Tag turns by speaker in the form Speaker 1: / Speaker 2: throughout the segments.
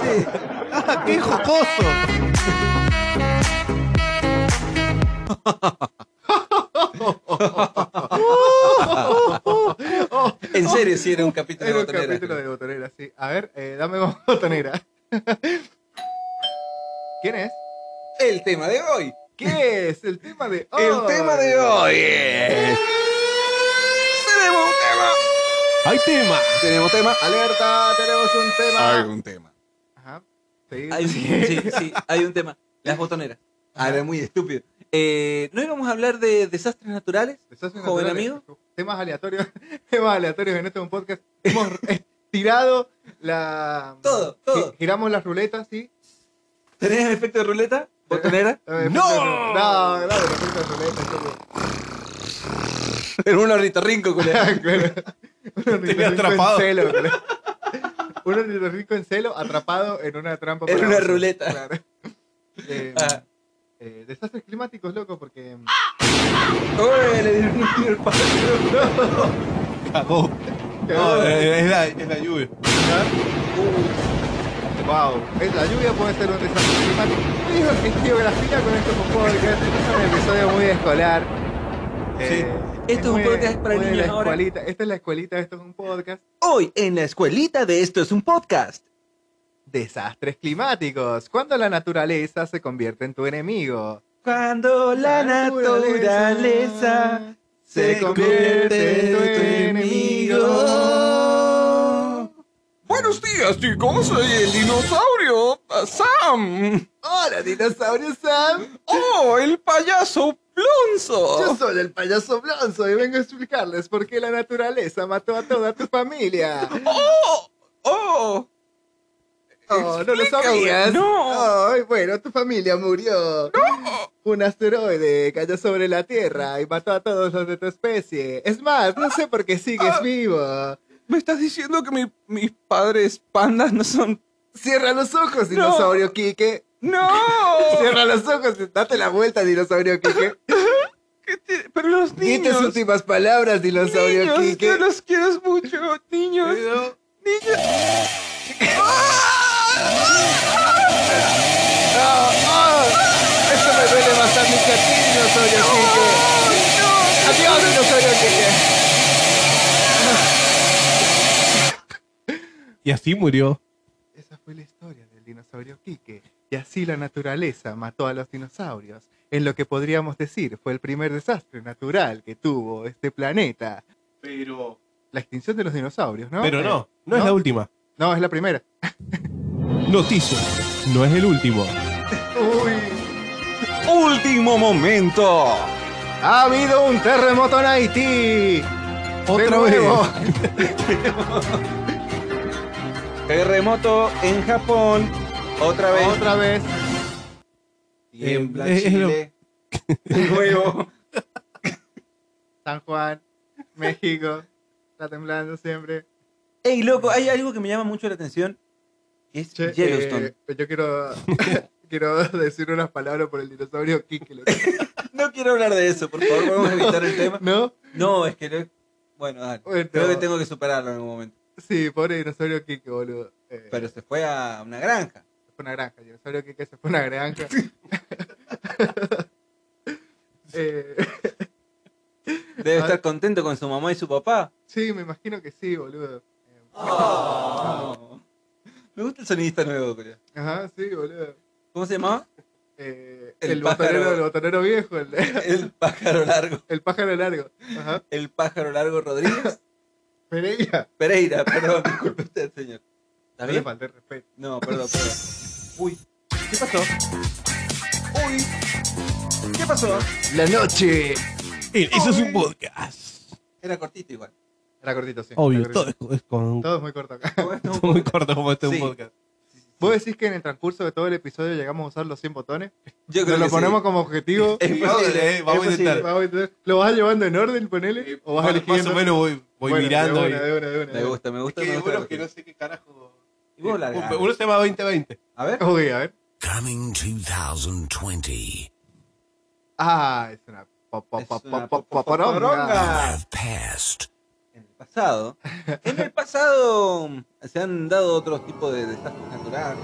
Speaker 1: qué, ah, qué jocoso.
Speaker 2: En serio, sí, Oh. era un capítulo
Speaker 3: Era
Speaker 2: de
Speaker 3: un
Speaker 2: botonera.
Speaker 3: capítulo de botonera, sí. A ver, eh, dame botonera. ¿Quién es?
Speaker 2: El tema de hoy.
Speaker 3: ¿Qué es el tema de hoy?
Speaker 2: El tema de hoy es. Tenemos un tema.
Speaker 1: Hay tema.
Speaker 2: Tenemos tema.
Speaker 3: ¡Alerta! ¡Tenemos un tema!
Speaker 2: Hay un tema.
Speaker 3: Ajá. Sí.
Speaker 2: Hay, sí, sí, sí, hay un tema. Las botoneras. Ah, era muy estúpido. Eh, ¿No íbamos a hablar de desastres naturales?
Speaker 3: Desastres
Speaker 2: Joven
Speaker 3: naturales, Temas aleatorios. Temas aleatorios en este es un podcast. Hemos estirado la.
Speaker 2: Todo, todo.
Speaker 3: gi- Giramos las ruletas, sí.
Speaker 2: ¿Tenés el efecto de ruleta? ¿Botonera?
Speaker 3: Eh,
Speaker 1: ¡No!
Speaker 3: perfecto. No, no, perfecto, las ruletas, yo-
Speaker 2: En un ornitorrinco, culero.
Speaker 3: Claro. Un ornitorrinco
Speaker 1: atrapado.
Speaker 3: En celo, claro. un ornitorrinco en celo atrapado en una trampa.
Speaker 2: En
Speaker 3: para
Speaker 2: una
Speaker 3: osos.
Speaker 2: ruleta.
Speaker 3: Claro. Eh,
Speaker 2: Ah.
Speaker 3: eh, desastres climáticos, loco, porque. eh,
Speaker 2: Uy, le dieron un tiro al palo.
Speaker 1: Cagó. No, eh, es, la, es la lluvia.
Speaker 3: wow. Es la lluvia puede ser un desastre climático. Digo, es geografía con esto con podcast. Es un episodio muy escolar. Eh,
Speaker 2: Esto es un
Speaker 3: muy-
Speaker 2: podcast para
Speaker 3: muy de
Speaker 2: niños
Speaker 3: la
Speaker 2: ahora.
Speaker 3: escuelita. Esta es la escuelita, esto es un podcast.
Speaker 2: Hoy, en la escuelita de Esto es un podcast.
Speaker 3: Desastres climáticos. Cuando la naturaleza se convierte en tu enemigo.
Speaker 2: Cuando la naturaleza se convierte en tu enemigo.
Speaker 4: Buenos días, chicos. Soy el dinosaurio ah, Sam.
Speaker 3: Hola, dinosaurio Sam.
Speaker 4: Oh, el payaso
Speaker 3: Yo
Speaker 2: Oh.
Speaker 4: Plonzo.
Speaker 3: soy el payaso Blonzo y vengo a explicarles por qué la naturaleza mató a toda tu familia.
Speaker 4: Oh, oh.
Speaker 3: Oh, no lo
Speaker 4: Explícame.
Speaker 3: sabías.
Speaker 4: No.
Speaker 3: Ay, bueno, tu familia murió. Un asteroide cayó sobre la Tierra y mató a todos los de tu especie. Es más, no sé por qué sigues
Speaker 4: Ah.
Speaker 3: vivo.
Speaker 4: ¿Me estás diciendo que mi- mis padres pandas no son.?
Speaker 3: Cierra los ojos, dinosaurio Quique.
Speaker 4: ¡No!
Speaker 3: Cierra los ojos, date la vuelta, dinosaurio Quique.
Speaker 4: ¿Qué te- Pero los
Speaker 3: Di tus
Speaker 4: niños.
Speaker 3: últimas palabras, dinosaurio
Speaker 4: niños,
Speaker 3: Quique.
Speaker 4: yo los quiero mucho. Niños.
Speaker 2: Eh,
Speaker 4: Niños.
Speaker 3: ¡Ah! ¡Ah! Esto me duele más a mi que a ti, dinosaurio Quique.
Speaker 2: ¡Ah!
Speaker 3: Adiós, dinosaurio Quique.
Speaker 1: Y así murió.
Speaker 3: Esa fue la historia del dinosaurio Quique. Y así la naturaleza mató a los dinosaurios. En lo que podríamos decir fue el primer desastre natural que tuvo este planeta.
Speaker 1: Pero.
Speaker 3: La extinción de los dinosaurios, ¿no?
Speaker 1: Pero no, no
Speaker 3: ¿No?
Speaker 1: es la última.
Speaker 3: No, es la primera.
Speaker 1: Noticia. No es el último.
Speaker 3: Uy.
Speaker 4: Último momento.
Speaker 3: Ha habido un terremoto en Haití.
Speaker 1: Otra
Speaker 3: De nuevo.
Speaker 1: vez.
Speaker 2: Terremoto en Japón. Otra vez.
Speaker 3: Otra vez.
Speaker 2: Tiembla
Speaker 1: Eh, es lo-
Speaker 2: Chile. De nuevo.
Speaker 3: San Juan, México. Está temblando siempre.
Speaker 2: Ey, loco, hay algo que me llama mucho la atención. que es
Speaker 3: Che,
Speaker 2: Yellowstone.
Speaker 3: eh, yo quiero, quiero decir unas palabras por el dinosaurio Kike. lo-
Speaker 2: No quiero hablar de eso, por favor, vamos a evitar el tema.
Speaker 3: ¿No?
Speaker 2: No, es que no... Bueno, dale.
Speaker 3: Bueno.
Speaker 2: Creo que tengo que superarlo en algún momento.
Speaker 3: Sí, pobre dinosaurio Kike, boludo. Eh,
Speaker 2: Pero se fue a una granja.
Speaker 3: se fue a una granja. El dinosaurio Kike se fue a una granja. Eh,
Speaker 2: Debe
Speaker 1: Ah.
Speaker 2: estar contento con su mamá y su papá.
Speaker 3: sí, me imagino que sí, boludo. Eh,
Speaker 2: Me gusta el sonidista nuevo, creo.
Speaker 3: Ajá, sí, boludo.
Speaker 2: ¿Cómo se llamaba?
Speaker 3: Eh, el,
Speaker 2: El
Speaker 3: botanero,
Speaker 2: pájaro.
Speaker 3: el botanero viejo, el,
Speaker 2: El pájaro largo.
Speaker 3: el pájaro largo. Ajá.
Speaker 2: El pájaro largo Rodríguez.
Speaker 3: Pereira.
Speaker 2: Pereira, perdón, disculpe usted, señor. ¿Está
Speaker 3: No le
Speaker 2: bien?
Speaker 3: falté el respeto.
Speaker 2: No, perdón, perdón. Uy, ¿qué pasó? Uy, ¿qué pasó?
Speaker 3: La noche.
Speaker 1: Eh, Eso es un podcast.
Speaker 2: Era cortito igual.
Speaker 3: Era cortito, sí.
Speaker 1: Obvio,
Speaker 3: Era
Speaker 1: todo
Speaker 3: cortito.
Speaker 1: es, es con.
Speaker 3: Todo es muy corto acá.
Speaker 2: Como esto es un-
Speaker 1: Muy corto como este es un
Speaker 2: Sí.
Speaker 1: podcast.
Speaker 3: ¿Vos decís que en el transcurso de todo el episodio llegamos a usar los 100 botones?
Speaker 2: Yo creo
Speaker 3: ¿Nos lo
Speaker 2: que sí.
Speaker 3: ponemos como objetivo?
Speaker 2: Es posible,
Speaker 1: eh, vamos a
Speaker 2: es posible.
Speaker 1: intentar.
Speaker 3: Vamos a ver, ¿Lo vas llevando en orden, ponele? ¿O vas
Speaker 1: Más-
Speaker 3: eligiendo?
Speaker 1: Más o menos voy, voy
Speaker 3: Bueno,
Speaker 1: mirando.
Speaker 3: De
Speaker 1: y-
Speaker 3: una, de una, de una.
Speaker 2: Me gusta, me gusta.
Speaker 1: Es
Speaker 2: me
Speaker 1: que
Speaker 2: gusta la
Speaker 1: uno que no sé
Speaker 2: cortina.
Speaker 1: qué carajo.
Speaker 2: Y vos largá.
Speaker 1: Uno uno se llama 2020.
Speaker 2: A ver.
Speaker 3: Ok, a ver.
Speaker 5: Coming 2020.
Speaker 3: Ah, es una... po- po-
Speaker 2: Es
Speaker 3: po-
Speaker 2: una
Speaker 3: po- po-
Speaker 2: poporonga.
Speaker 3: poporonga.
Speaker 5: Have passed.
Speaker 2: En el pasado. En el pasado se han dado otro tipo de desastres naturales.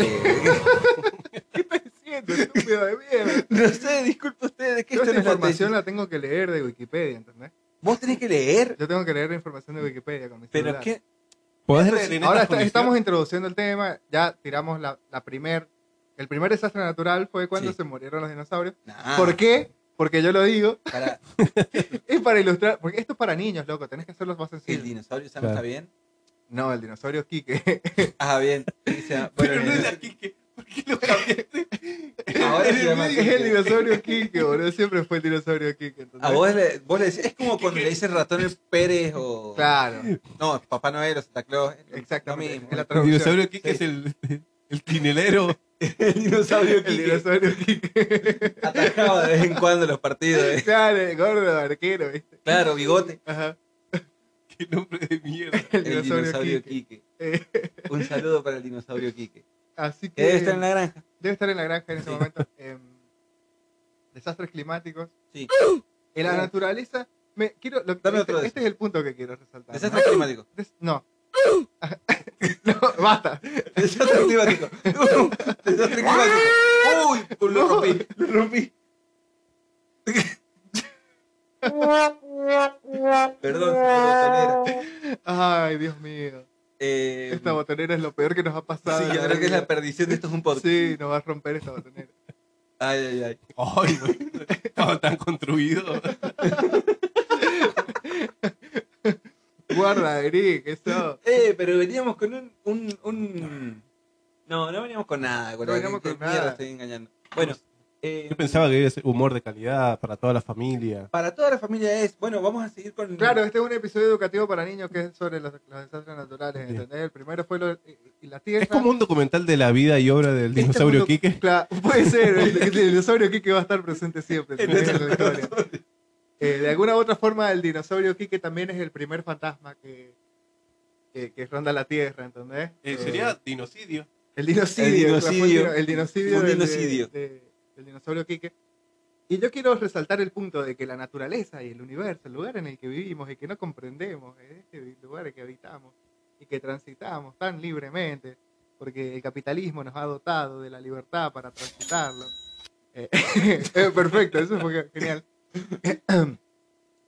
Speaker 2: Eh,
Speaker 3: ¿Qué está diciendo, estúpido de mierda?
Speaker 2: no sé, disculpe usted, es que
Speaker 3: Yo esta
Speaker 2: esto no es la
Speaker 3: información
Speaker 2: tesis.
Speaker 3: la tengo que leer de Wikipedia, ¿entendés?
Speaker 2: Vos tenés que leer,
Speaker 3: Yo tengo que leer la información de Wikipedia con mi
Speaker 2: pero
Speaker 3: celular.
Speaker 2: es que
Speaker 1: ¿Podés leer en
Speaker 3: Ahora
Speaker 1: estas
Speaker 3: está- estamos
Speaker 1: condiciones?
Speaker 3: introduciendo el tema, ya tiramos la, la primer... El primer desastre natural fue cuando
Speaker 2: Sí. Ah.
Speaker 3: se murieron los dinosaurios.
Speaker 2: Nah,
Speaker 3: ¿Por qué? Porque yo lo digo.
Speaker 2: para-
Speaker 3: Es para ilustrar. Porque esto es para niños, loco. Tenés que hacerlo más
Speaker 2: el
Speaker 3: sencillo.
Speaker 2: dinosaurio Sam
Speaker 1: Claro.
Speaker 2: está bien.
Speaker 3: No, el dinosaurio Quique.
Speaker 2: Ah, bien. Sí, se llama- bueno, el dinosaurio- ahora se llama
Speaker 3: es el
Speaker 2: Ah, Quique. Ah,
Speaker 3: dinosaurio Quique, boludo. Siempre fue el dinosaurio Quique.
Speaker 2: A
Speaker 3: ¿entendés?
Speaker 2: vos le, vos le decís, es como cuando le dices ratón el Pérez o.
Speaker 3: Claro,
Speaker 2: No, Papá Noel o Santa Claus. es lo-
Speaker 3: exactamente.
Speaker 2: lo mismo.
Speaker 3: Es la
Speaker 1: El
Speaker 3: traducción.
Speaker 1: dinosaurio Kike
Speaker 2: Sí.
Speaker 1: es el, el tinelero.
Speaker 2: El dinosaurio
Speaker 3: El
Speaker 2: Quique
Speaker 3: dinosaurio Quique.
Speaker 2: atajaba de vez en cuando los partidos. eh.
Speaker 3: claro, el gordo arquero, ¿viste?
Speaker 2: Claro, bigote.
Speaker 3: Ajá.
Speaker 1: Qué nombre de mierda.
Speaker 3: El
Speaker 2: El
Speaker 3: dinosaurio,
Speaker 2: dinosaurio
Speaker 3: Quique.
Speaker 2: Quique.
Speaker 3: Eh,
Speaker 2: Un saludo para el dinosaurio Quique.
Speaker 3: así que
Speaker 2: Que debe estar en la granja.
Speaker 3: granja en ese momento. Em, desastres climáticos.
Speaker 2: Sí.
Speaker 3: En la naturaleza. Me, quiero, lo-
Speaker 2: Dame otro
Speaker 3: este,
Speaker 2: de
Speaker 3: este es el punto que quiero resaltar. ¿no?
Speaker 2: Desastre climático.
Speaker 3: Des- No. no, basta.
Speaker 2: Desastre climático. Uh, Desastre climático. Uy, pues lo rompí. Lo rompí. Perdón, señora botonera.
Speaker 3: Ay, Dios mío.
Speaker 2: Eh,
Speaker 3: Esta botonera es lo peor que nos ha pasado.
Speaker 2: sí,
Speaker 3: en
Speaker 2: yo
Speaker 3: la
Speaker 2: creo que es la
Speaker 3: vida.
Speaker 2: perdición de esto es un podcast.
Speaker 3: Sí, nos va a romper esta botonera.
Speaker 2: Ay, ay, ay.
Speaker 1: Ay, güey. Estaban tan construidos.
Speaker 3: Guarda, Eric, eso.
Speaker 2: Eh, pero veníamos con un, un, un- No, no veníamos con nada. Con
Speaker 3: No
Speaker 2: la-
Speaker 3: veníamos
Speaker 2: qué
Speaker 3: con
Speaker 2: mierda
Speaker 3: nada.
Speaker 2: estoy engañando. Bueno, eh,
Speaker 1: Yo pensaba que iba a ser humor de calidad para toda la familia.
Speaker 2: para toda la familia es... Bueno, vamos a seguir con...
Speaker 3: Claro, este es un episodio educativo para niños que es sobre los, los desastres naturales,
Speaker 1: Sí.
Speaker 3: ¿entendés? El primero fue lo, eh, y- y la Tierra.
Speaker 1: Es como un documental de la vida y obra del
Speaker 3: Este
Speaker 1: dinosaurio
Speaker 3: mundo-
Speaker 1: Kike.
Speaker 3: Claro, puede ser, el, el dinosaurio Kike va a estar presente siempre. ¿entendés? En la historia. Eh, de alguna u otra forma, el dinosaurio Kike también es el primer fantasma que, que, que ronda la Tierra, ¿entendés?
Speaker 1: Eh,
Speaker 3: Eh,
Speaker 1: sería dinocidio.
Speaker 3: El dinocidio. claro,
Speaker 2: El
Speaker 3: fue
Speaker 2: dinocidio.
Speaker 3: El dinocidio.
Speaker 2: Un
Speaker 3: del-
Speaker 2: dinocidio.
Speaker 3: de- de- del dinosaurio Quique. Y yo quiero resaltar el punto de que la naturaleza y el universo, el lugar en el que vivimos y que no comprendemos, es este lugar que habitamos y que transitamos tan libremente, porque el capitalismo nos ha dotado de la libertad para transitarlo. Eh, eh, perfecto, eso fue genial.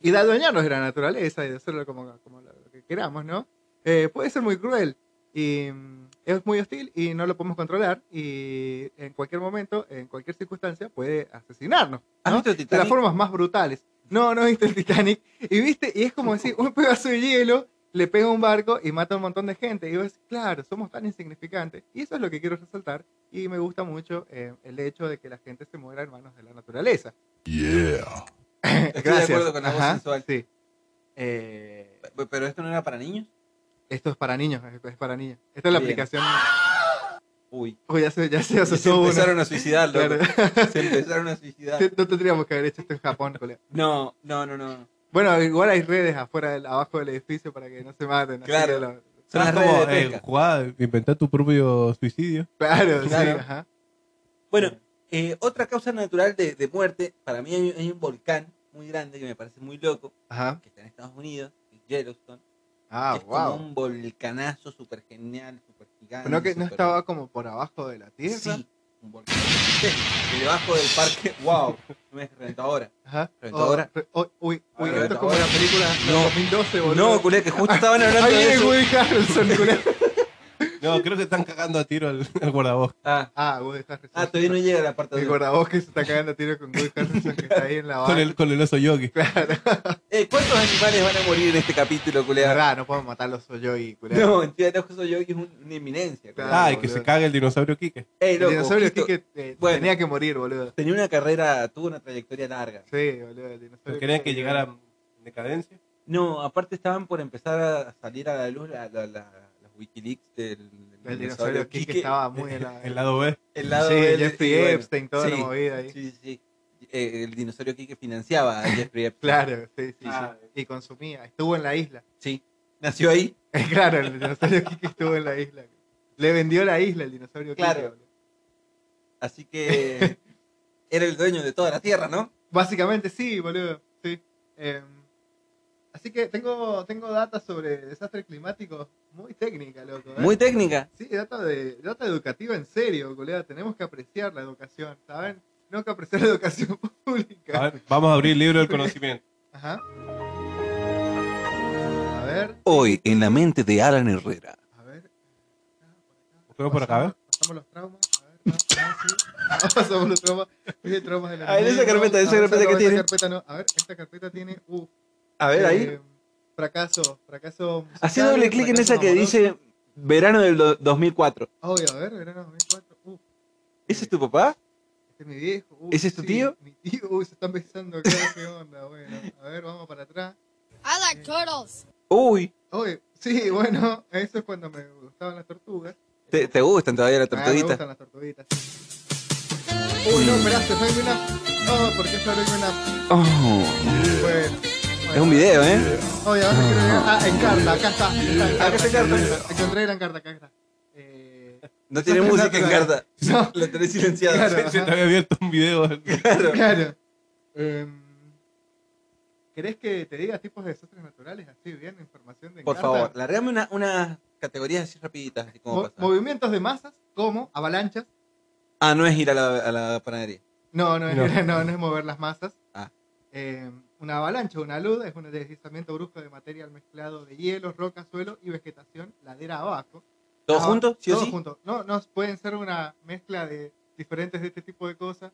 Speaker 3: y de adueñarnos de la naturaleza y de hacerlo como, como lo, lo que queramos, ¿no? Eh, puede ser muy cruel, y mm, es muy hostil y no lo podemos controlar y en cualquier momento, en cualquier circunstancia puede asesinarnos
Speaker 2: ¿Has
Speaker 3: ¿no?
Speaker 2: visto
Speaker 3: de las
Speaker 2: Titanic?
Speaker 3: formas más brutales. No, no viste el Titanic y viste y es como decir un pedazo de hielo le pega a un barco y mata a un montón de gente y ves claro somos tan insignificantes y eso es lo que quiero resaltar y me gusta mucho eh, el hecho de que la gente se muera en manos de la naturaleza.
Speaker 2: Estoy de acuerdo con la voz
Speaker 3: Ajá,
Speaker 2: sensual.
Speaker 3: sí. Eh,
Speaker 2: P- Pero esto no era para niños.
Speaker 3: esto es para niños, esto es para niños. Esta es la
Speaker 2: Bien.
Speaker 3: aplicación.
Speaker 2: Uy.
Speaker 3: Uy, ya se, ya se
Speaker 2: Se
Speaker 3: asustó uno.
Speaker 2: empezaron a suicidar, loco.
Speaker 3: Claro.
Speaker 2: Se empezaron a suicidar.
Speaker 3: Sí, No tendríamos que haber hecho esto en Japón, colega.
Speaker 2: No, no, no, no.
Speaker 3: Bueno, igual hay redes afuera, del, abajo del edificio para que no se maten. así
Speaker 2: Claro.
Speaker 3: que lo-
Speaker 2: Son las
Speaker 1: Ah,
Speaker 2: redes de
Speaker 1: como, eh,
Speaker 2: pesca.
Speaker 1: jugá, inventá tu propio suicidio.
Speaker 3: claro, sí,
Speaker 2: Claro.
Speaker 3: ajá.
Speaker 2: Bueno, eh, otra causa natural de, de muerte, para mí hay, hay un volcán muy grande que me parece muy loco,
Speaker 3: Ajá.
Speaker 2: que está en Estados Unidos, en Yellowstone.
Speaker 3: Ah,
Speaker 2: es como
Speaker 3: wow.
Speaker 2: un volcanazo súper genial, súper gigante.
Speaker 3: ¿No, que, ¿No
Speaker 2: súper-
Speaker 3: estaba como por abajo de la tierra?
Speaker 2: Sí, un volcán. Sí, y debajo del parque, wow, no es rentadora.
Speaker 3: Ajá.
Speaker 2: Pero ahora-
Speaker 3: re- oh, uy, uy,
Speaker 2: Ahora
Speaker 3: esto es como
Speaker 2: ahora-
Speaker 3: la película
Speaker 2: No.
Speaker 3: del 2012, boludo.
Speaker 2: No, culé, que justo estaban hablando
Speaker 3: Ahí
Speaker 2: de
Speaker 3: viene
Speaker 2: eso.
Speaker 3: Woody Harrelson, culé.
Speaker 1: No, creo que están cagando a tiro al, al guardabosque.
Speaker 2: Ah,
Speaker 3: Ah, Woody Harrelson.
Speaker 2: ah, todavía no llega la parte
Speaker 3: El
Speaker 2: de...
Speaker 3: guardabosque se está cagando a tiro con Woody Harrelson que está ahí en la
Speaker 1: Con
Speaker 3: barra.
Speaker 1: el, con el oso yogi.
Speaker 2: Eh, ¿Cuántos animales van a morir en este capítulo, culé?
Speaker 3: La verdad, no podemos matarlos soy yo y culé.
Speaker 2: No, mentira, no, soy yo que es un- una eminencia. culé.
Speaker 3: Claro.
Speaker 1: Ah, y que se cague el dinosaurio Kike.
Speaker 2: Ey,
Speaker 3: El
Speaker 2: loco,
Speaker 3: dinosaurio
Speaker 2: Quito,
Speaker 3: Kike, eh,
Speaker 2: Bueno.
Speaker 3: tenía que morir, boludo.
Speaker 2: tenía una carrera, tuvo una trayectoria larga.
Speaker 3: Sí, boludo, el dinosaurio.
Speaker 1: Pero querían que
Speaker 3: Kike.
Speaker 1: llegara en decadencia.
Speaker 2: No, aparte estaban por empezar a salir a la luz la- la- la- los Wikileaks del, del
Speaker 3: El dinosaurio Kike estaba muy en la.
Speaker 1: El lado B.
Speaker 2: El lado
Speaker 3: sí,
Speaker 2: de
Speaker 3: Jeffrey Epstein, toda la movida ahí.
Speaker 2: Sí, sí, sí. Eh, el dinosaurio Kike financiaba a Jeffrey Epstein.
Speaker 3: Claro, sí, sí,
Speaker 1: Ah.
Speaker 3: sí. Y consumía, estuvo en la isla.
Speaker 2: Sí, nació ahí.
Speaker 3: claro, el dinosaurio Kike estuvo en la isla. Le vendió la isla el dinosaurio Kike.
Speaker 2: Claro.
Speaker 3: boludo.
Speaker 2: Así que era el dueño de toda la tierra, ¿no?
Speaker 3: Básicamente sí, boludo. Sí. Em, Así que tengo, tengo data sobre desastres climáticos muy técnica, loco. ¿eh?
Speaker 2: Muy técnica.
Speaker 3: Sí, data, de, data educativa en serio, colega. Tenemos que apreciar la educación, ¿saben? Tenemos que apreciar la educación pública.
Speaker 1: A ver, vamos a abrir el libro del conocimiento.
Speaker 3: Ajá. A ver,
Speaker 2: Hoy, en la mente de Alan Herrera.
Speaker 3: a ver.
Speaker 1: Busquemos por acá, a ver.
Speaker 3: Pasamos los traumas. A ver, no, no, sí. Ah, Pasamos los traumas. Oye, traumas de la
Speaker 2: A ver, esa
Speaker 3: niña,
Speaker 2: carpeta, esa
Speaker 3: no,
Speaker 2: carpeta
Speaker 3: no,
Speaker 2: que
Speaker 3: esa
Speaker 2: tiene.
Speaker 3: carpeta no. A ver, esta carpeta tiene. Uh,
Speaker 2: A ver, ahí.
Speaker 3: eh, Fracaso, fracaso. musical,
Speaker 2: Así doble clic en
Speaker 3: fracaso
Speaker 2: esa que
Speaker 3: amoroso.
Speaker 2: dice verano del do- 2004.
Speaker 3: Obvio, a ver, verano 2004. Uh,
Speaker 2: ¿Ese es tu papá?
Speaker 3: este es mi viejo. Uh,
Speaker 2: ¿Ese es tu
Speaker 3: sí,
Speaker 2: tío?
Speaker 3: Mi tío, uy, se están besando acá. ¿Qué onda? Bueno, a ver, vamos para atrás.
Speaker 6: I like turtles.
Speaker 2: Uy,
Speaker 3: Oye, sí, bueno, eso es cuando me gustaban las tortugas.
Speaker 2: ¿te, te gustan todavía las
Speaker 3: Ah, me
Speaker 2: tortuguitas?
Speaker 3: gustan las tortuguitas. Uy, no, espera, se fue Winamp. No, porque fue Winamp.
Speaker 2: Oh,
Speaker 3: Bueno,
Speaker 2: es un video, ¿eh?
Speaker 3: Oye, ahora quiero llegar. Ah, en carta, acá está.
Speaker 2: Acá está Encarta.
Speaker 3: Encontré la encarta, acá está. Eh,
Speaker 2: No tiene música en carta.
Speaker 3: No.
Speaker 2: La tenés silenciada.
Speaker 3: Claro.
Speaker 1: Se te había abierto un video.
Speaker 3: Claro. Em, ¿Querés que te diga tipos de desastres naturales? Así, bien, información de
Speaker 2: Por
Speaker 3: Encarta.
Speaker 2: favor, largame una- unas categorías así rapiditas. así como
Speaker 3: Mo-
Speaker 2: pasan.
Speaker 3: movimientos de masas, como avalanchas.
Speaker 2: Ah, no es ir a la, a la panadería.
Speaker 3: No, no es,
Speaker 1: No.
Speaker 3: no, no es mover las masas.
Speaker 2: Ah.
Speaker 3: Eh, una avalancha, una luz, es un deslizamiento brusco de material mezclado de hielo, roca, suelo y vegetación, ladera abajo.
Speaker 2: ¿Todos
Speaker 3: Ah,
Speaker 2: juntos? ¿Sí o
Speaker 3: todos
Speaker 2: sí?
Speaker 3: juntos. No, no, pueden ser una mezcla de diferentes de este tipo de cosas.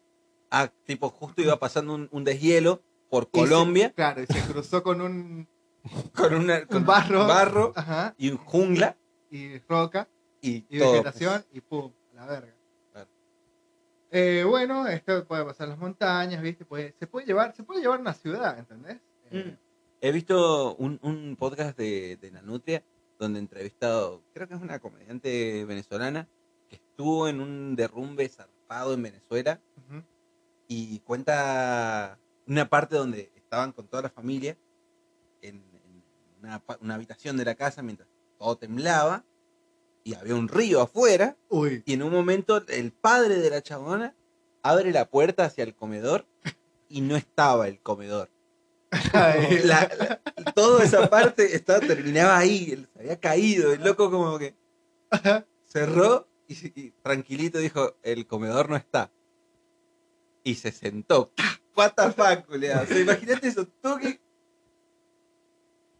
Speaker 2: Ah, tipo, justo iba pasando un, un deshielo por
Speaker 3: Y se-
Speaker 2: Colombia
Speaker 3: claro, y se cruzó con un
Speaker 2: con, una, con
Speaker 3: un barro.
Speaker 2: barro
Speaker 3: ajá,
Speaker 2: y un jungla
Speaker 3: y roca
Speaker 2: y,
Speaker 3: y
Speaker 2: todo. pues.
Speaker 3: vegetación y pum, a la verga.
Speaker 2: Claro.
Speaker 3: Eh, bueno, esto puede pasar en las montañas, ¿viste? Puede- se puede llevar, se puede llevar una ciudad, ¿entendés? Eh,
Speaker 2: He visto un, un podcast de, de La Nutria donde he entrevistado, creo que es una comediante venezolana que estuvo en un derrumbe zarpado en Venezuela
Speaker 3: ujú.
Speaker 2: y cuenta una parte donde estaban con toda la familia en, en una, pa- una habitación de la casa mientras todo temblaba y había un río afuera
Speaker 3: Uy,
Speaker 2: y en un momento el padre de la chabona abre la puerta hacia el comedor y no estaba el comedor.
Speaker 3: ay,
Speaker 2: La- la- toda esa parte estaba, terminaba ahí, él se había caído, el loco como que cerró y, se- y tranquilito dijo, el comedor no está. Y se sentó. ¡Pah! What the fuck, culiao. O sea, imagínate eso, tuki.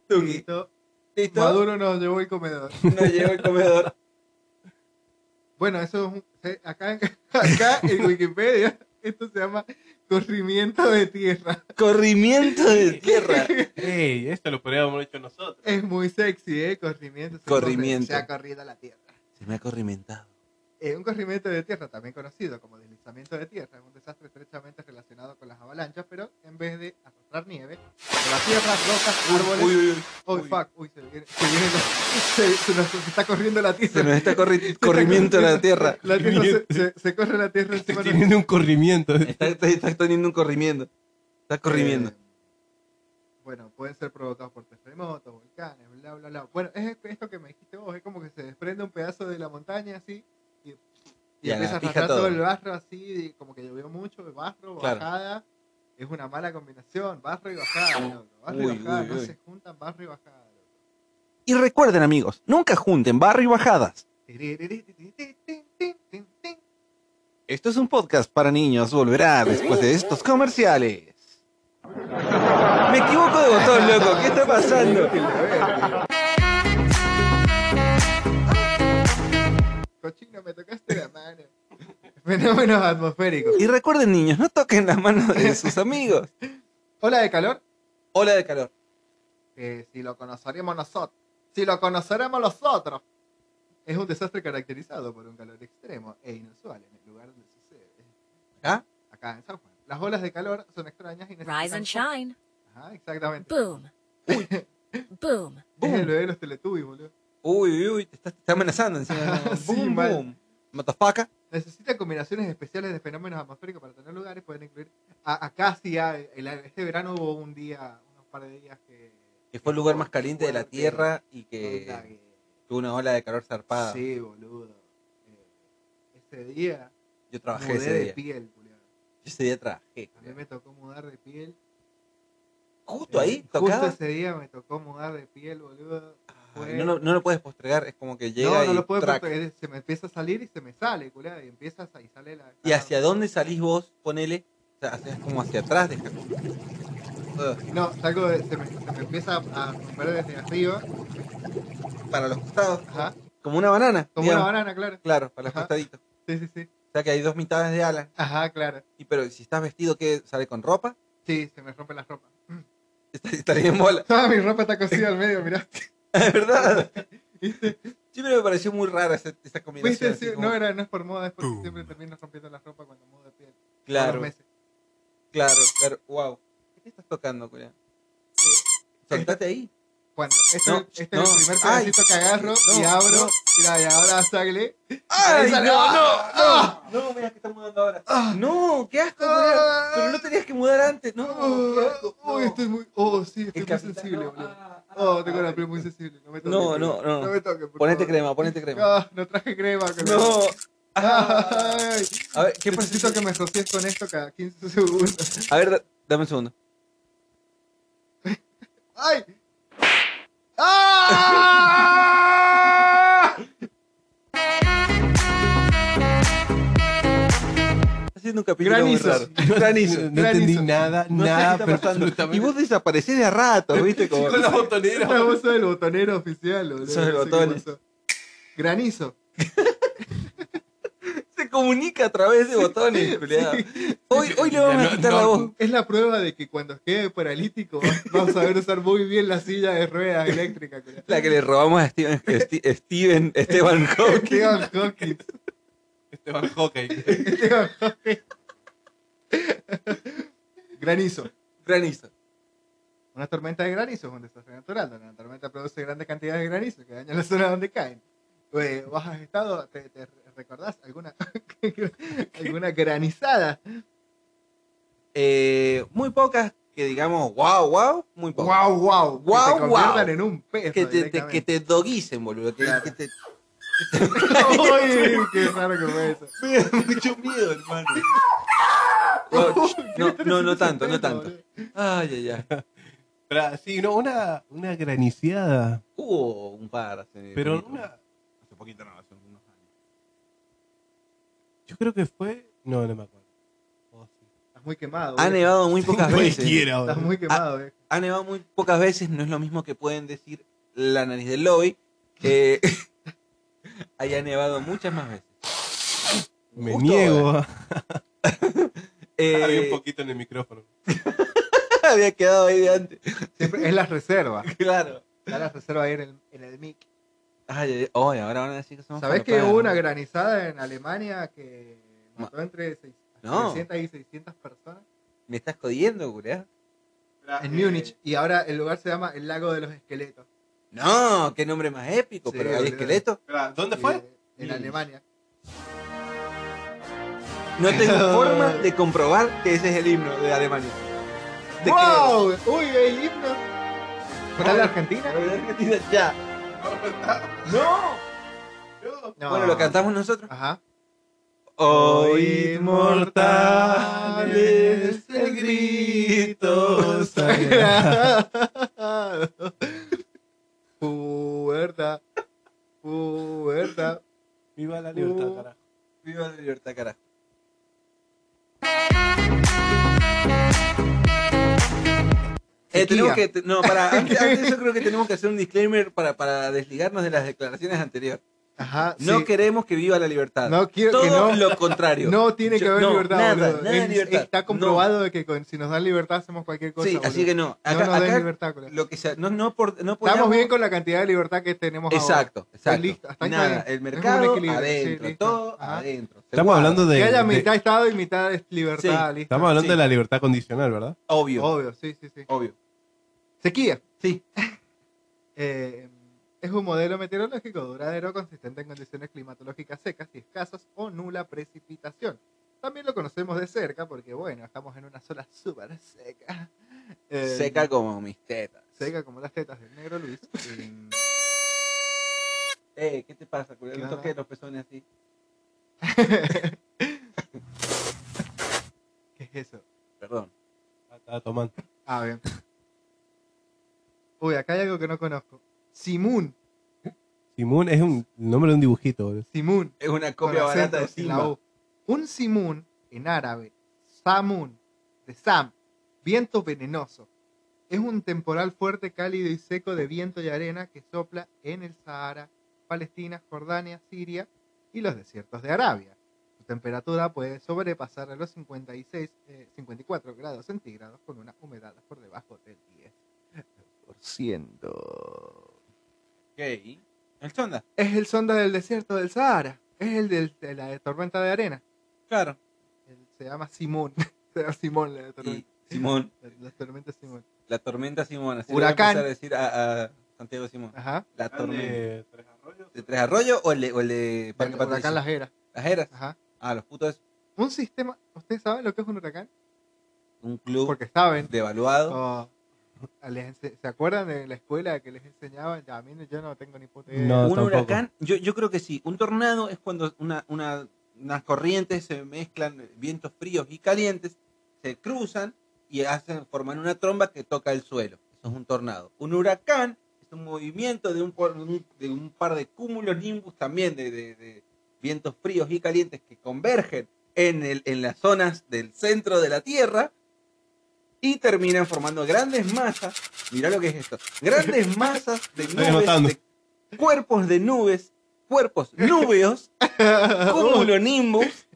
Speaker 2: Tuki.
Speaker 3: listo.
Speaker 2: Listo.
Speaker 3: Maduro nos llevó el comedor.
Speaker 2: No llegó el comedor.
Speaker 3: Bueno, eso es un- eh, acá, acá en Wikipedia esto se llama corrimiento de tierra.
Speaker 2: Corrimiento de tierra.
Speaker 1: Ey, esto lo podríamos haber hecho nosotros.
Speaker 3: Es muy sexy, ¿eh? Corrimiento. Se
Speaker 2: Corrimiento.
Speaker 3: corre- Se ha corrido la tierra.
Speaker 2: Se me ha corrimentado.
Speaker 3: Eh, un corrimiento de tierra, también conocido como deslizamiento de tierra, es un desastre estrechamente relacionado con las avalanchas, pero en vez de arrastrar nieve, la tierra, rocas, árboles.
Speaker 2: Uy, uy, uy.
Speaker 3: oh,
Speaker 2: uy.
Speaker 3: fuck, uy, se viene, se viene la- se- se nos se está corriendo la tierra.
Speaker 2: Se nos está corri- corrimiento de la tierra.
Speaker 3: La tierra se, se- se corre la tierra
Speaker 1: Estoy
Speaker 3: encima de
Speaker 1: teniendo un corrimiento.
Speaker 2: Está, está- está teniendo un corrimiento. Está corrimiendo.
Speaker 3: Eh, bueno, pueden ser provocados por terremotos, volcanes, bla, bla, bla. Bueno, es esto que me dijiste vos, es como que se desprende un pedazo de la montaña así y, y
Speaker 2: Y a la
Speaker 3: empieza a
Speaker 2: pija
Speaker 3: arrastrar todo.
Speaker 2: todo.
Speaker 3: el barro así, y como que llovió mucho, el barro,
Speaker 2: Claro.
Speaker 3: bajada. Es una mala combinación, barro y bajada, loco. Barro
Speaker 2: Uy,
Speaker 3: y bajada,
Speaker 2: uy,
Speaker 3: no
Speaker 2: uy.
Speaker 3: se juntan barro y bajada, loco.
Speaker 2: Y recuerden, amigos, nunca junten barro y bajadas.
Speaker 3: Bueno,
Speaker 2: Esto es un podcast para niños. Volverá después de estos comerciales. Me equivoco de botón, loco. ¿Qué está pasando?
Speaker 3: Cochino, me tocaste la mano. Fenómenos atmosféricos.
Speaker 2: Y recuerden, niños, no toquen las manos de sus amigos.
Speaker 3: Ola de calor,
Speaker 2: Ola de calor.
Speaker 3: que si lo conoceremos nosotros, si lo conoceremos los otros. Es un desastre caracterizado por un calor extremo e inusual en el lugar donde sucede.
Speaker 2: ¿Ah?
Speaker 3: Acá en San Juan. Las olas de calor son extrañas y necesitan...
Speaker 6: Rise and shine.
Speaker 3: Ajá, exactamente.
Speaker 6: Boom. Boom.
Speaker 3: Es el bebé de los Teletubbies, boludo.
Speaker 2: Uy, uy, uy, te está, te está amenazando encima.
Speaker 3: Sí,
Speaker 2: boom,
Speaker 3: mal.
Speaker 2: boom. Matafaca.
Speaker 3: Necesita combinaciones especiales de fenómenos atmosféricos para tener lugares. Pueden incluir... A, acá sí, a- el- este verano hubo un día, unos par de días que...
Speaker 2: Que fue el lugar más
Speaker 3: estuvo
Speaker 2: caliente de la
Speaker 3: fuerte.
Speaker 2: tierra y
Speaker 3: Onda
Speaker 2: que
Speaker 3: que-
Speaker 2: tuvo una ola de calor zarpada.
Speaker 3: Sí, boludo. Eh, ese día
Speaker 2: Yo trabajé
Speaker 3: mudé
Speaker 2: ese
Speaker 3: de
Speaker 2: día. Yo
Speaker 3: piel, boludo.
Speaker 2: ese día trabajé.
Speaker 3: A mí me tocó mudar de piel
Speaker 2: justo ahí
Speaker 3: Eh, Justo
Speaker 2: tocaba.
Speaker 3: ese día me tocó mudar de piel, boludo.
Speaker 2: Ay, no, lo- no lo puedes postergar, es como que llega
Speaker 3: no, no
Speaker 2: y
Speaker 3: lo puedo
Speaker 2: track.
Speaker 3: porque se me empieza a salir y se me sale, culea, y empieza a y sale la...
Speaker 2: ¿Y hacia dónde salís vos? Ponele, o sea, haces como hacia atrás, deja. Ugh,
Speaker 3: No, salgo de- se, me, se me empieza a romper desde arriba,
Speaker 2: para los costados,
Speaker 3: ajá,
Speaker 2: como una banana.
Speaker 3: como
Speaker 2: digamos.
Speaker 3: una banana, claro.
Speaker 2: Claro, para los
Speaker 3: Ajá.
Speaker 2: costaditos.
Speaker 3: Sí, sí, sí.
Speaker 2: O sea que hay dos mitades de ala.
Speaker 3: Ajá, claro.
Speaker 2: Y pero si estás vestido, ¿qué? ¿Sale con ropa?
Speaker 3: Sí, se me rompe la ropa.
Speaker 2: Está, está bien bola.
Speaker 3: Toda mi ropa está cosida al medio, mirá.
Speaker 2: Es verdad. Siempre me pareció muy rara esa, esa
Speaker 3: Viste,
Speaker 2: combinación. así
Speaker 3: sí,
Speaker 2: como-
Speaker 3: no, era, no es por moda, es porque
Speaker 5: Boom.
Speaker 3: siempre termino rompiendo la ropa cuando mudo de piel. Todos los
Speaker 2: claro,
Speaker 3: meses.
Speaker 2: claro, claro. Wow. ¿Qué estás tocando, Julián? Soltate ahí.
Speaker 3: Cuando, este,
Speaker 2: No,
Speaker 3: este
Speaker 2: no.
Speaker 3: es el primer
Speaker 2: Ay.
Speaker 3: pedacito que agarro y
Speaker 2: No,
Speaker 3: abro,
Speaker 2: no.
Speaker 3: mira, y ahora sale...
Speaker 2: ¡Ay,
Speaker 3: Esa-
Speaker 2: no,
Speaker 3: ¡Ah!
Speaker 2: no! No, mira que están mudando ahora. No, qué asco, Julián.
Speaker 3: Ah.
Speaker 2: Pero no tenías que mudar antes. No,
Speaker 3: Oh,
Speaker 2: qué asco, no.
Speaker 3: uy, estoy muy. Oh, sí, estoy
Speaker 2: El
Speaker 3: muy
Speaker 2: capitán,
Speaker 3: sensible,
Speaker 2: no,
Speaker 3: boludo.
Speaker 2: ah, ah,
Speaker 3: oh, tengo
Speaker 2: ah,
Speaker 3: la piel muy sensible. No me toques.
Speaker 2: No,
Speaker 3: boludo.
Speaker 2: no, no.
Speaker 3: No me toques, por
Speaker 2: Ponete
Speaker 3: favor.
Speaker 2: crema, ponete crema.
Speaker 3: No, no traje crema, cabrón.
Speaker 2: No. Ah.
Speaker 3: Ay,
Speaker 2: A ver, ¿qué
Speaker 3: necesito
Speaker 2: porcentaje?
Speaker 3: que me rocies con esto cada 15 segundos.
Speaker 2: A ver, da- dame un segundo.
Speaker 3: ¡Ay! ¡Ah!
Speaker 2: Está haciendo un capítulo
Speaker 3: Granizo.
Speaker 2: muy raro.
Speaker 1: Granizo. No entendí
Speaker 3: Granizo.
Speaker 1: nada,
Speaker 2: No sé
Speaker 1: nada,
Speaker 2: qué está
Speaker 1: pero
Speaker 2: pasando.
Speaker 1: absolutamente.
Speaker 2: Y vos desaparecés de a rato, ¿viste? Como...
Speaker 1: con la botonera.
Speaker 3: La voz del botonero oficial, boludo.
Speaker 2: Sos el
Speaker 3: No sé qué
Speaker 2: botón.
Speaker 3: pasó. Granizo.
Speaker 2: Se comunica a través de botones, culiado. Hoy, hoy le vamos
Speaker 1: No,
Speaker 2: a quitar la
Speaker 1: no.
Speaker 2: voz.
Speaker 3: Es la prueba de que cuando quede paralítico vas- vas a saber usar muy bien la silla de ruedas eléctrica. culiao.
Speaker 2: La que le robamos a Steven, Esti- Steven Esteban Hawking.
Speaker 3: Esteban Hawking.
Speaker 1: Esteban Este Hawking.
Speaker 3: Esteban Hawking. Granizo.
Speaker 2: Granizo.
Speaker 3: Una tormenta de granizo es un desastre natural, donde la tormenta produce grandes cantidades de granizo que dañan la zona donde caen. Eh, ¿Vos has estado, te, te recordás alguna, alguna granizada?
Speaker 2: Eh, muy pocas que digamos, wow, wow, muy pocas.
Speaker 3: ¡Guau, guau!
Speaker 2: Guau,
Speaker 3: que te conviertan
Speaker 2: guau.
Speaker 3: en un perro
Speaker 2: Que te, te- que
Speaker 3: directamente.
Speaker 2: te doguicen, boludo. Que,
Speaker 3: Claro.
Speaker 2: que te...
Speaker 3: Uy, ¡Qué raro que fue eso!
Speaker 1: Me da mucho miedo, hermano.
Speaker 2: No, Oh, no, no, no tanto, no tanto. Ay, ay, ay.
Speaker 1: Pero, sí, no, una, una graniciada.
Speaker 2: Hubo un par. hace
Speaker 1: Pero
Speaker 2: poquito.
Speaker 1: una. Hace poquito no, hace unos años. Yo creo que fue. No, no me acuerdo. Oh, sí.
Speaker 3: Estás muy quemado.
Speaker 2: Ha
Speaker 3: viejo.
Speaker 2: nevado muy pocas veces.
Speaker 1: Cualquiera,
Speaker 3: Estás
Speaker 1: boludo.
Speaker 3: muy quemado, eh. viejo.
Speaker 2: Ha nevado muy pocas veces. No es lo mismo que pueden decir la nariz del lobby. Que haya nevado muchas más veces.
Speaker 1: Me
Speaker 2: Justo
Speaker 1: niego a
Speaker 2: Eh,
Speaker 1: hablar un poquito en el micrófono.
Speaker 2: había quedado ahí de antes.
Speaker 3: Siempre es la reserva.
Speaker 2: Claro.
Speaker 3: Está la reserva ahí en el, en el mic.
Speaker 2: Ay, ay, ay. Ay, ahora van a decir que somos.
Speaker 3: ¿Sabés que
Speaker 2: falopadas,
Speaker 3: hubo
Speaker 2: ¿no?
Speaker 3: una granizada en Alemania que mató entre seis-
Speaker 2: No.
Speaker 3: 300 y 600 personas?
Speaker 2: Me estás jodiendo, culiá.
Speaker 3: En
Speaker 1: eh,
Speaker 3: Múnich. Y ahora el lugar se llama el Lago de los Esqueletos.
Speaker 2: No, qué nombre más épico.
Speaker 3: Sí,
Speaker 2: pero hay
Speaker 3: boludo.
Speaker 2: esqueletos.
Speaker 1: ¿Dónde
Speaker 3: Eh,
Speaker 1: fue?
Speaker 3: En
Speaker 1: Múnich.
Speaker 3: Alemania.
Speaker 2: No tengo forma de comprobar que ese es el himno de Alemania. Te creo.
Speaker 3: ¡Wow! ¡Uy, el himno! ¿Está la Argentina?
Speaker 2: Ya.
Speaker 3: No.
Speaker 2: Bueno, lo cantamos nosotros.
Speaker 3: Ajá.
Speaker 2: Oíd mortales el grito sagrado.
Speaker 3: sagrado. Puerta. Puerta.
Speaker 1: Viva la libertad,
Speaker 3: Uh.
Speaker 1: carajo.
Speaker 2: Viva la libertad, carajo. Eh,
Speaker 3: Sequía.
Speaker 2: Eh, tenemos que, no, para, antes, antes yo creo que tenemos que hacer un disclaimer para, para desligarnos de las declaraciones anteriores.
Speaker 3: Ajá.
Speaker 2: No
Speaker 3: sí.
Speaker 2: queremos que viva la libertad.
Speaker 3: No quiero que
Speaker 2: Todo
Speaker 3: no-
Speaker 2: lo contrario.
Speaker 3: No tiene que
Speaker 2: Yo-
Speaker 3: haber
Speaker 2: no,
Speaker 3: libertad,
Speaker 2: nada,
Speaker 3: boludo.
Speaker 2: nada de
Speaker 3: Es-
Speaker 2: libertad.
Speaker 3: Está comprobado de que con- si nos dan libertad hacemos cualquier cosa.
Speaker 2: sí, así
Speaker 3: boludo.
Speaker 2: que no.
Speaker 3: no
Speaker 2: Acá,
Speaker 3: nos den
Speaker 2: acá
Speaker 3: libertad, colega.
Speaker 2: lo que sea, no, no, por, no
Speaker 3: Estamos
Speaker 2: ponemos-
Speaker 3: bien con la cantidad de libertad que tenemos ahora.
Speaker 2: Exacto, exacto.
Speaker 3: listo, hasta ahí está
Speaker 2: Nada,
Speaker 3: bien.
Speaker 2: el
Speaker 3: Es un
Speaker 2: mercado
Speaker 3: equilibrio,
Speaker 2: adentro,
Speaker 3: sí, listo.
Speaker 2: todo
Speaker 3: Ajá.
Speaker 2: adentro.
Speaker 1: Estamos hablando de.
Speaker 3: Que haya
Speaker 1: de-
Speaker 3: mitad Estado y mitad es libertad,
Speaker 2: Sí,
Speaker 3: listo.
Speaker 1: estamos hablando
Speaker 2: Sí.
Speaker 1: de la libertad condicional, ¿verdad?
Speaker 2: Obvio,
Speaker 3: Obvio, sí, sí, sí.
Speaker 2: obvio.
Speaker 3: Sequía.
Speaker 2: Sí.
Speaker 3: Eh, es un modelo meteorológico duradero consistente en condiciones climatológicas secas y escasas o nula precipitación. También lo conocemos de cerca porque, bueno, estamos en una zona súper seca. Eh,
Speaker 2: Seca como mis tetas.
Speaker 3: Seca como las tetas del negro Luis. Eh,
Speaker 2: Eh, ¿qué te pasa, culiao? No
Speaker 3: Nada.
Speaker 2: toques los pezones así.
Speaker 3: ¿Qué es eso?
Speaker 2: Perdón.
Speaker 1: Ah, Estaba tomando.
Speaker 3: Ah, bien. Uy, acá hay algo que no conozco. Simún,
Speaker 7: Simón es un el nombre de un dibujito, boludo.
Speaker 3: Simún.
Speaker 2: Es una
Speaker 3: con
Speaker 2: copia barata de
Speaker 3: acento en la
Speaker 2: Simba.
Speaker 3: U. Un Simún en árabe, Samun, de Sam, viento venenoso. Es un temporal fuerte, cálido y seco de viento y arena que sopla en el Sahara, Palestina, Jordania, Siria y los desiertos de Arabia. Su temperatura puede sobrepasar a los 56, eh, 54 grados centígrados con una humedad por debajo del 10%.
Speaker 2: Ok. El chonda.
Speaker 3: Es el sonda del desierto del Sahara. Es el del- de la tormenta de arena.
Speaker 2: Claro.
Speaker 3: Él se llama Simón. Se llama Simón la
Speaker 2: Y
Speaker 3: tormenta.
Speaker 2: Simón.
Speaker 3: La, la tormenta Simón.
Speaker 2: La tormenta Simón. Así
Speaker 3: Huracán.
Speaker 2: Le voy a, empezar a decir a, a Santiago Simón.
Speaker 3: Ajá.
Speaker 2: La tormenta.
Speaker 7: Eh, Tres Arroyos.
Speaker 2: ¿De Tres Arroyos o el de, o el de Parque
Speaker 3: El
Speaker 2: Patricio?
Speaker 3: huracán Las Heras.
Speaker 2: Las Heras.
Speaker 3: Ajá.
Speaker 2: Ah, los putos.
Speaker 3: Un sistema. ¿Ustedes saben lo que es un huracán?
Speaker 2: Un club
Speaker 3: Porque saben.
Speaker 2: devaluado.
Speaker 3: Oh, les ense- ¿Se acuerdan de la escuela que les enseñaban? Ya, a mí no- yo no tengo ni puta idea.
Speaker 7: No.
Speaker 2: un
Speaker 7: tampoco.
Speaker 2: huracán, yo, yo creo que sí. Un tornado es cuando una, una- unas corrientes se mezclan, vientos fríos y calientes, se cruzan y hacen, forman una tromba que toca el suelo. Eso es un tornado. Un huracán es un movimiento de un, por- de un par de cúmulos nimbus también de, de- de vientos fríos y calientes que convergen en, el, en las zonas del centro de la Tierra y terminan formando grandes masas. Mirá lo que es esto. Grandes masas de
Speaker 7: anotando.
Speaker 2: nubes, de cuerpos de nubes, cuerpos núbeos, cumulonimbus,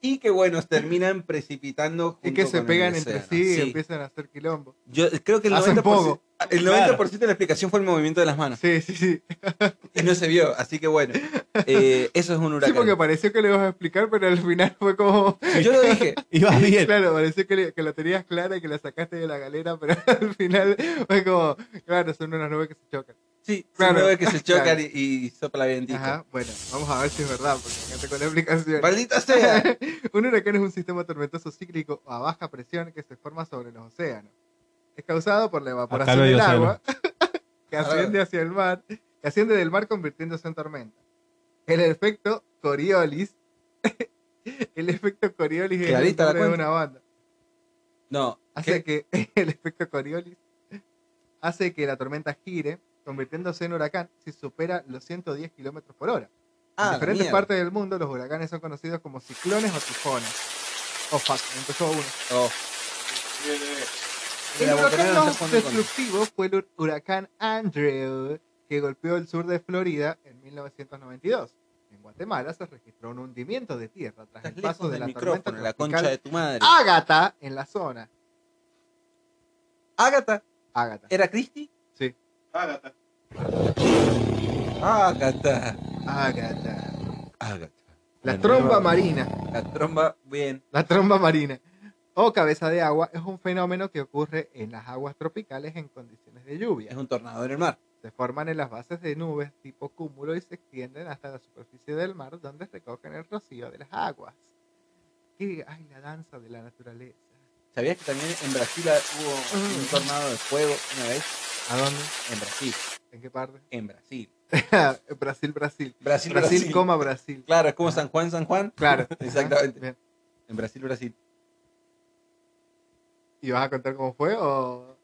Speaker 2: y que bueno, terminan precipitando
Speaker 3: y
Speaker 2: junto
Speaker 3: que se
Speaker 2: con el
Speaker 3: pegan entre
Speaker 2: océano.
Speaker 3: sí, empiezan a hacer quilombo.
Speaker 2: Yo creo que el
Speaker 3: Hacen
Speaker 2: 90%,
Speaker 3: pogo.
Speaker 2: el 90 de la explicación fue el movimiento de las manos.
Speaker 3: Sí, sí, sí.
Speaker 2: Y no se vio, así que bueno, eh, eso es un
Speaker 3: Sí,
Speaker 2: huracán.
Speaker 3: porque pareció que le ibas a explicar, pero al final fue como.
Speaker 2: Yo lo dije,
Speaker 7: Ibas bien.
Speaker 3: Claro, pareció que, le- que la tenías clara y que la sacaste de la galera, pero al final fue como, claro, son unas nubes que se chocan.
Speaker 2: sí,
Speaker 3: Claro.
Speaker 2: claro. que se chocan
Speaker 3: Claro.
Speaker 2: y, y sopla vientito.
Speaker 3: Ajá, bueno, vamos a ver si es verdad, porque acá tengo la explicación.
Speaker 2: Maldita sea.
Speaker 3: un huracán es un sistema tormentoso cíclico a baja presión que se forma sobre los océanos. Es causado por la evaporación
Speaker 7: no hay
Speaker 3: del
Speaker 7: océano.
Speaker 3: agua que asciende hacia el mar, que asciende del mar convirtiéndose en tormenta. El efecto Coriolis. el efecto Coriolis es el
Speaker 2: Clarita la
Speaker 3: nombre de
Speaker 2: cuenta.
Speaker 3: una banda.
Speaker 2: No,
Speaker 3: hace que el efecto Coriolis hace que la tormenta gire, convirtiéndose en huracán si supera los 110 kilómetros por hora.
Speaker 2: Ah,
Speaker 3: en
Speaker 2: la
Speaker 3: diferentes
Speaker 2: mierda.
Speaker 3: partes del mundo, los huracanes son conocidos como ciclones o tifones. Oh, fuck, me empezó uno.
Speaker 2: Oh.
Speaker 3: El
Speaker 2: La botonera
Speaker 3: huracán
Speaker 2: no
Speaker 3: más
Speaker 2: está jugando con-
Speaker 3: destructivo fue el hur- huracán Andrew, que golpeó el sur de Florida en 1992. En Guatemala se registró un hundimiento de tierra tras
Speaker 2: Estás
Speaker 3: el
Speaker 2: lejos
Speaker 3: paso de
Speaker 2: del
Speaker 3: la tormenta
Speaker 2: micrófono, la concha
Speaker 3: tropical Ah.
Speaker 2: de tu madre.
Speaker 3: Ágata en la zona.
Speaker 2: Ágata,
Speaker 3: Ágata.
Speaker 2: ¿era Cristi?
Speaker 3: Sí.
Speaker 2: Ágata.
Speaker 3: Ágata.
Speaker 2: Ágata.
Speaker 3: La
Speaker 2: Bueno,
Speaker 3: tromba
Speaker 2: nueva-
Speaker 3: marina.
Speaker 2: La tromba, bien.
Speaker 3: La tromba marina o cabeza de agua es un fenómeno que ocurre en las aguas tropicales en condiciones de
Speaker 2: Es
Speaker 3: lluvia.
Speaker 2: un tornado en el mar.
Speaker 3: Se forman en las bases de nubes tipo cúmulo y se extienden hasta la superficie del mar donde recogen el rocío de las aguas. Qué- ay, la danza de la naturaleza.
Speaker 2: ¿Sabías que también en Brasil hubo un tornado de fuego una vez?
Speaker 3: ¿A dónde?
Speaker 2: En Brasil,
Speaker 3: ¿En qué parte?
Speaker 2: en Brasil.
Speaker 3: Brasil, Brasil.
Speaker 2: Brasil,
Speaker 3: Brasil, coma Brasil.
Speaker 2: Claro, es como San Juan, San Juan.
Speaker 3: Claro.
Speaker 2: Exactamente.
Speaker 3: Bien.
Speaker 2: En Brasil, Brasil.
Speaker 3: ¿Y vas a contar cómo fue o...?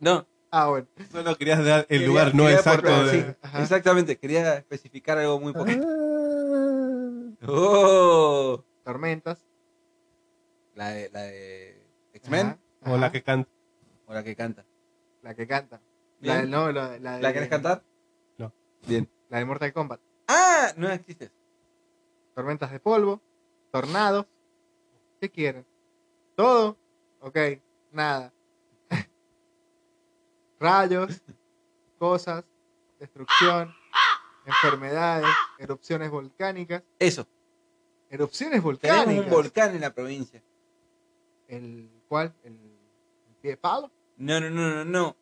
Speaker 2: No,
Speaker 3: Ah, bueno.
Speaker 7: Solo querías dar el lugar
Speaker 2: Quería-
Speaker 7: no
Speaker 2: quería
Speaker 7: exacto.
Speaker 2: aportar,
Speaker 7: de-
Speaker 2: sí,
Speaker 3: Ajá.
Speaker 2: exactamente, quería especificar algo muy poquito.
Speaker 3: Ah.
Speaker 2: Oh,
Speaker 3: Tormentas.
Speaker 2: la de, la de
Speaker 3: Ajá,
Speaker 2: X-Men
Speaker 7: O la
Speaker 3: ajá.
Speaker 7: que canta.
Speaker 2: o la que canta.
Speaker 3: La que canta.
Speaker 2: Bien.
Speaker 3: La del- no, la, la
Speaker 2: ¿La
Speaker 3: de-
Speaker 2: querés cantar?
Speaker 3: La de Mortal Kombat.
Speaker 2: Ah, no existe.
Speaker 3: tormentas de polvo, tornados. ¿Qué quieren? ¿Todo? Ok, nada. Rayos, cosas, destrucción, enfermedades, erupciones volcánicas.
Speaker 2: Eso,
Speaker 3: Erupciones
Speaker 2: tenemos
Speaker 3: volcánicas.
Speaker 2: un volcán en la provincia.
Speaker 3: ¿El cuál? ¿El, el pie de palo?
Speaker 2: No, no, no, no, no.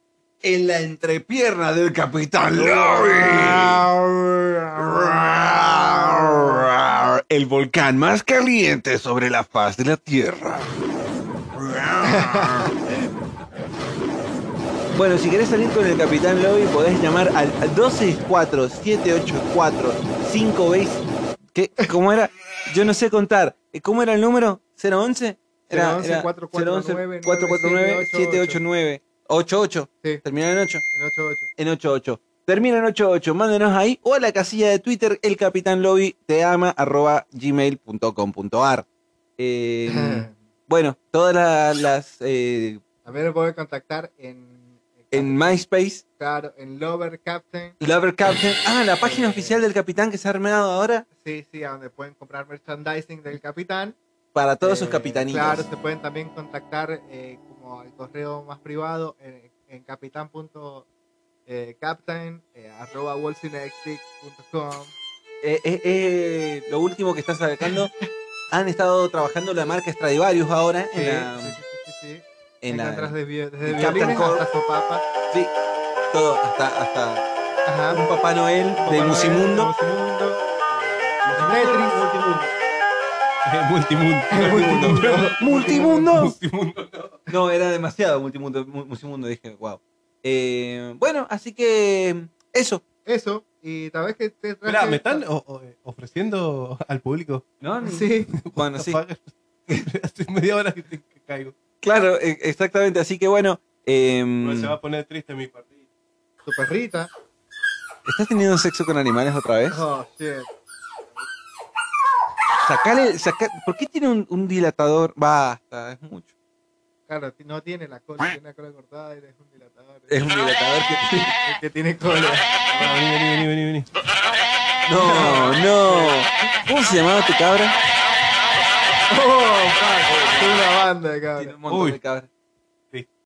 Speaker 2: En la entrepierna del Capitán
Speaker 3: Ah.
Speaker 4: El volcán más caliente sobre la faz de la Tierra.
Speaker 2: Bueno, si querés salir con el Capitán Lobby, podés llamar al 124-784-5 veis. ¿Qué? ¿Cómo era? Yo no sé contar. ¿Cómo era el número? ¿011? Era,
Speaker 3: 011
Speaker 2: era
Speaker 3: 449
Speaker 2: 449 789 8-8.
Speaker 3: Sí.
Speaker 2: Terminan en 8.
Speaker 3: El 88.
Speaker 2: En 8-8. Termina en 8-8. Mándenos ahí o a la casilla de Twitter, el capitán lobby te ama, arroba gmail.com.ar. Eh, bueno, todas la- las. eh,
Speaker 3: También lo puedes contactar en. eh,
Speaker 2: en MySpace,
Speaker 3: Claro, en Lover Captain.
Speaker 2: Lover Captain. Ah, la página oficial del capitán que se ha armado ahora
Speaker 3: Sí, sí, a donde pueden comprar merchandising del capitán.
Speaker 2: para todos
Speaker 3: Eh,
Speaker 2: sus capitanitos.
Speaker 3: Claro, se pueden también contactar eh, como al correo más privado en, en capitán.captain eh, arroba wallsinextic.com.
Speaker 2: Eh, eh, eh, lo último que están sacando. Han estado trabajando la marca Stradivarius ahora
Speaker 3: Sí,
Speaker 2: en la.
Speaker 3: sí, sí, sí, sí, sí.
Speaker 2: en la-
Speaker 3: Encuentras de vi- desde
Speaker 2: en
Speaker 3: violines
Speaker 2: Captain
Speaker 3: hasta sopapas.
Speaker 2: sí, todo, hasta, hasta
Speaker 3: Ajá.
Speaker 2: un Papá Noel de
Speaker 3: Papá
Speaker 2: Musimundo.
Speaker 3: Noel, de Musimundo. Tetris.
Speaker 7: Multimundo.
Speaker 2: Multimundo. Multimundo.
Speaker 7: Multimundo.
Speaker 2: No, era demasiado multimundo, mu- multimundo, dije, wow. Eh, bueno, así que eso.
Speaker 3: Eso, y tal vez que te traje
Speaker 7: Espera, ¿me
Speaker 3: esta-
Speaker 7: están o- o- ofreciendo al público?
Speaker 2: ¿No?
Speaker 3: Sí,
Speaker 2: Bueno, sí.
Speaker 7: Hace media hora que, te- que caigo.
Speaker 2: Claro, e- exactamente. Así que bueno, eh,
Speaker 7: Bueno, se va a poner triste mi partido.
Speaker 3: tu perrita.
Speaker 2: ¿estás teniendo sexo con animales otra vez?
Speaker 3: Oh, shit.
Speaker 2: Sacale, saca, ¿Por qué tiene un, un dilatador? Basta, es mucho.
Speaker 3: Claro, ti- no tiene la cola, tiene la cola cortada y es un dilatador.
Speaker 2: Es un dilatador que...
Speaker 3: El que tiene cola.
Speaker 7: Ah, vení, vení, vení, vení, vení.
Speaker 2: No, no. ¿Cómo se llamaba tu cabra?
Speaker 3: Oh, fuck, es una banda,
Speaker 2: Tiene
Speaker 3: cabrón.
Speaker 2: un montón
Speaker 7: Uy.
Speaker 2: de cabras.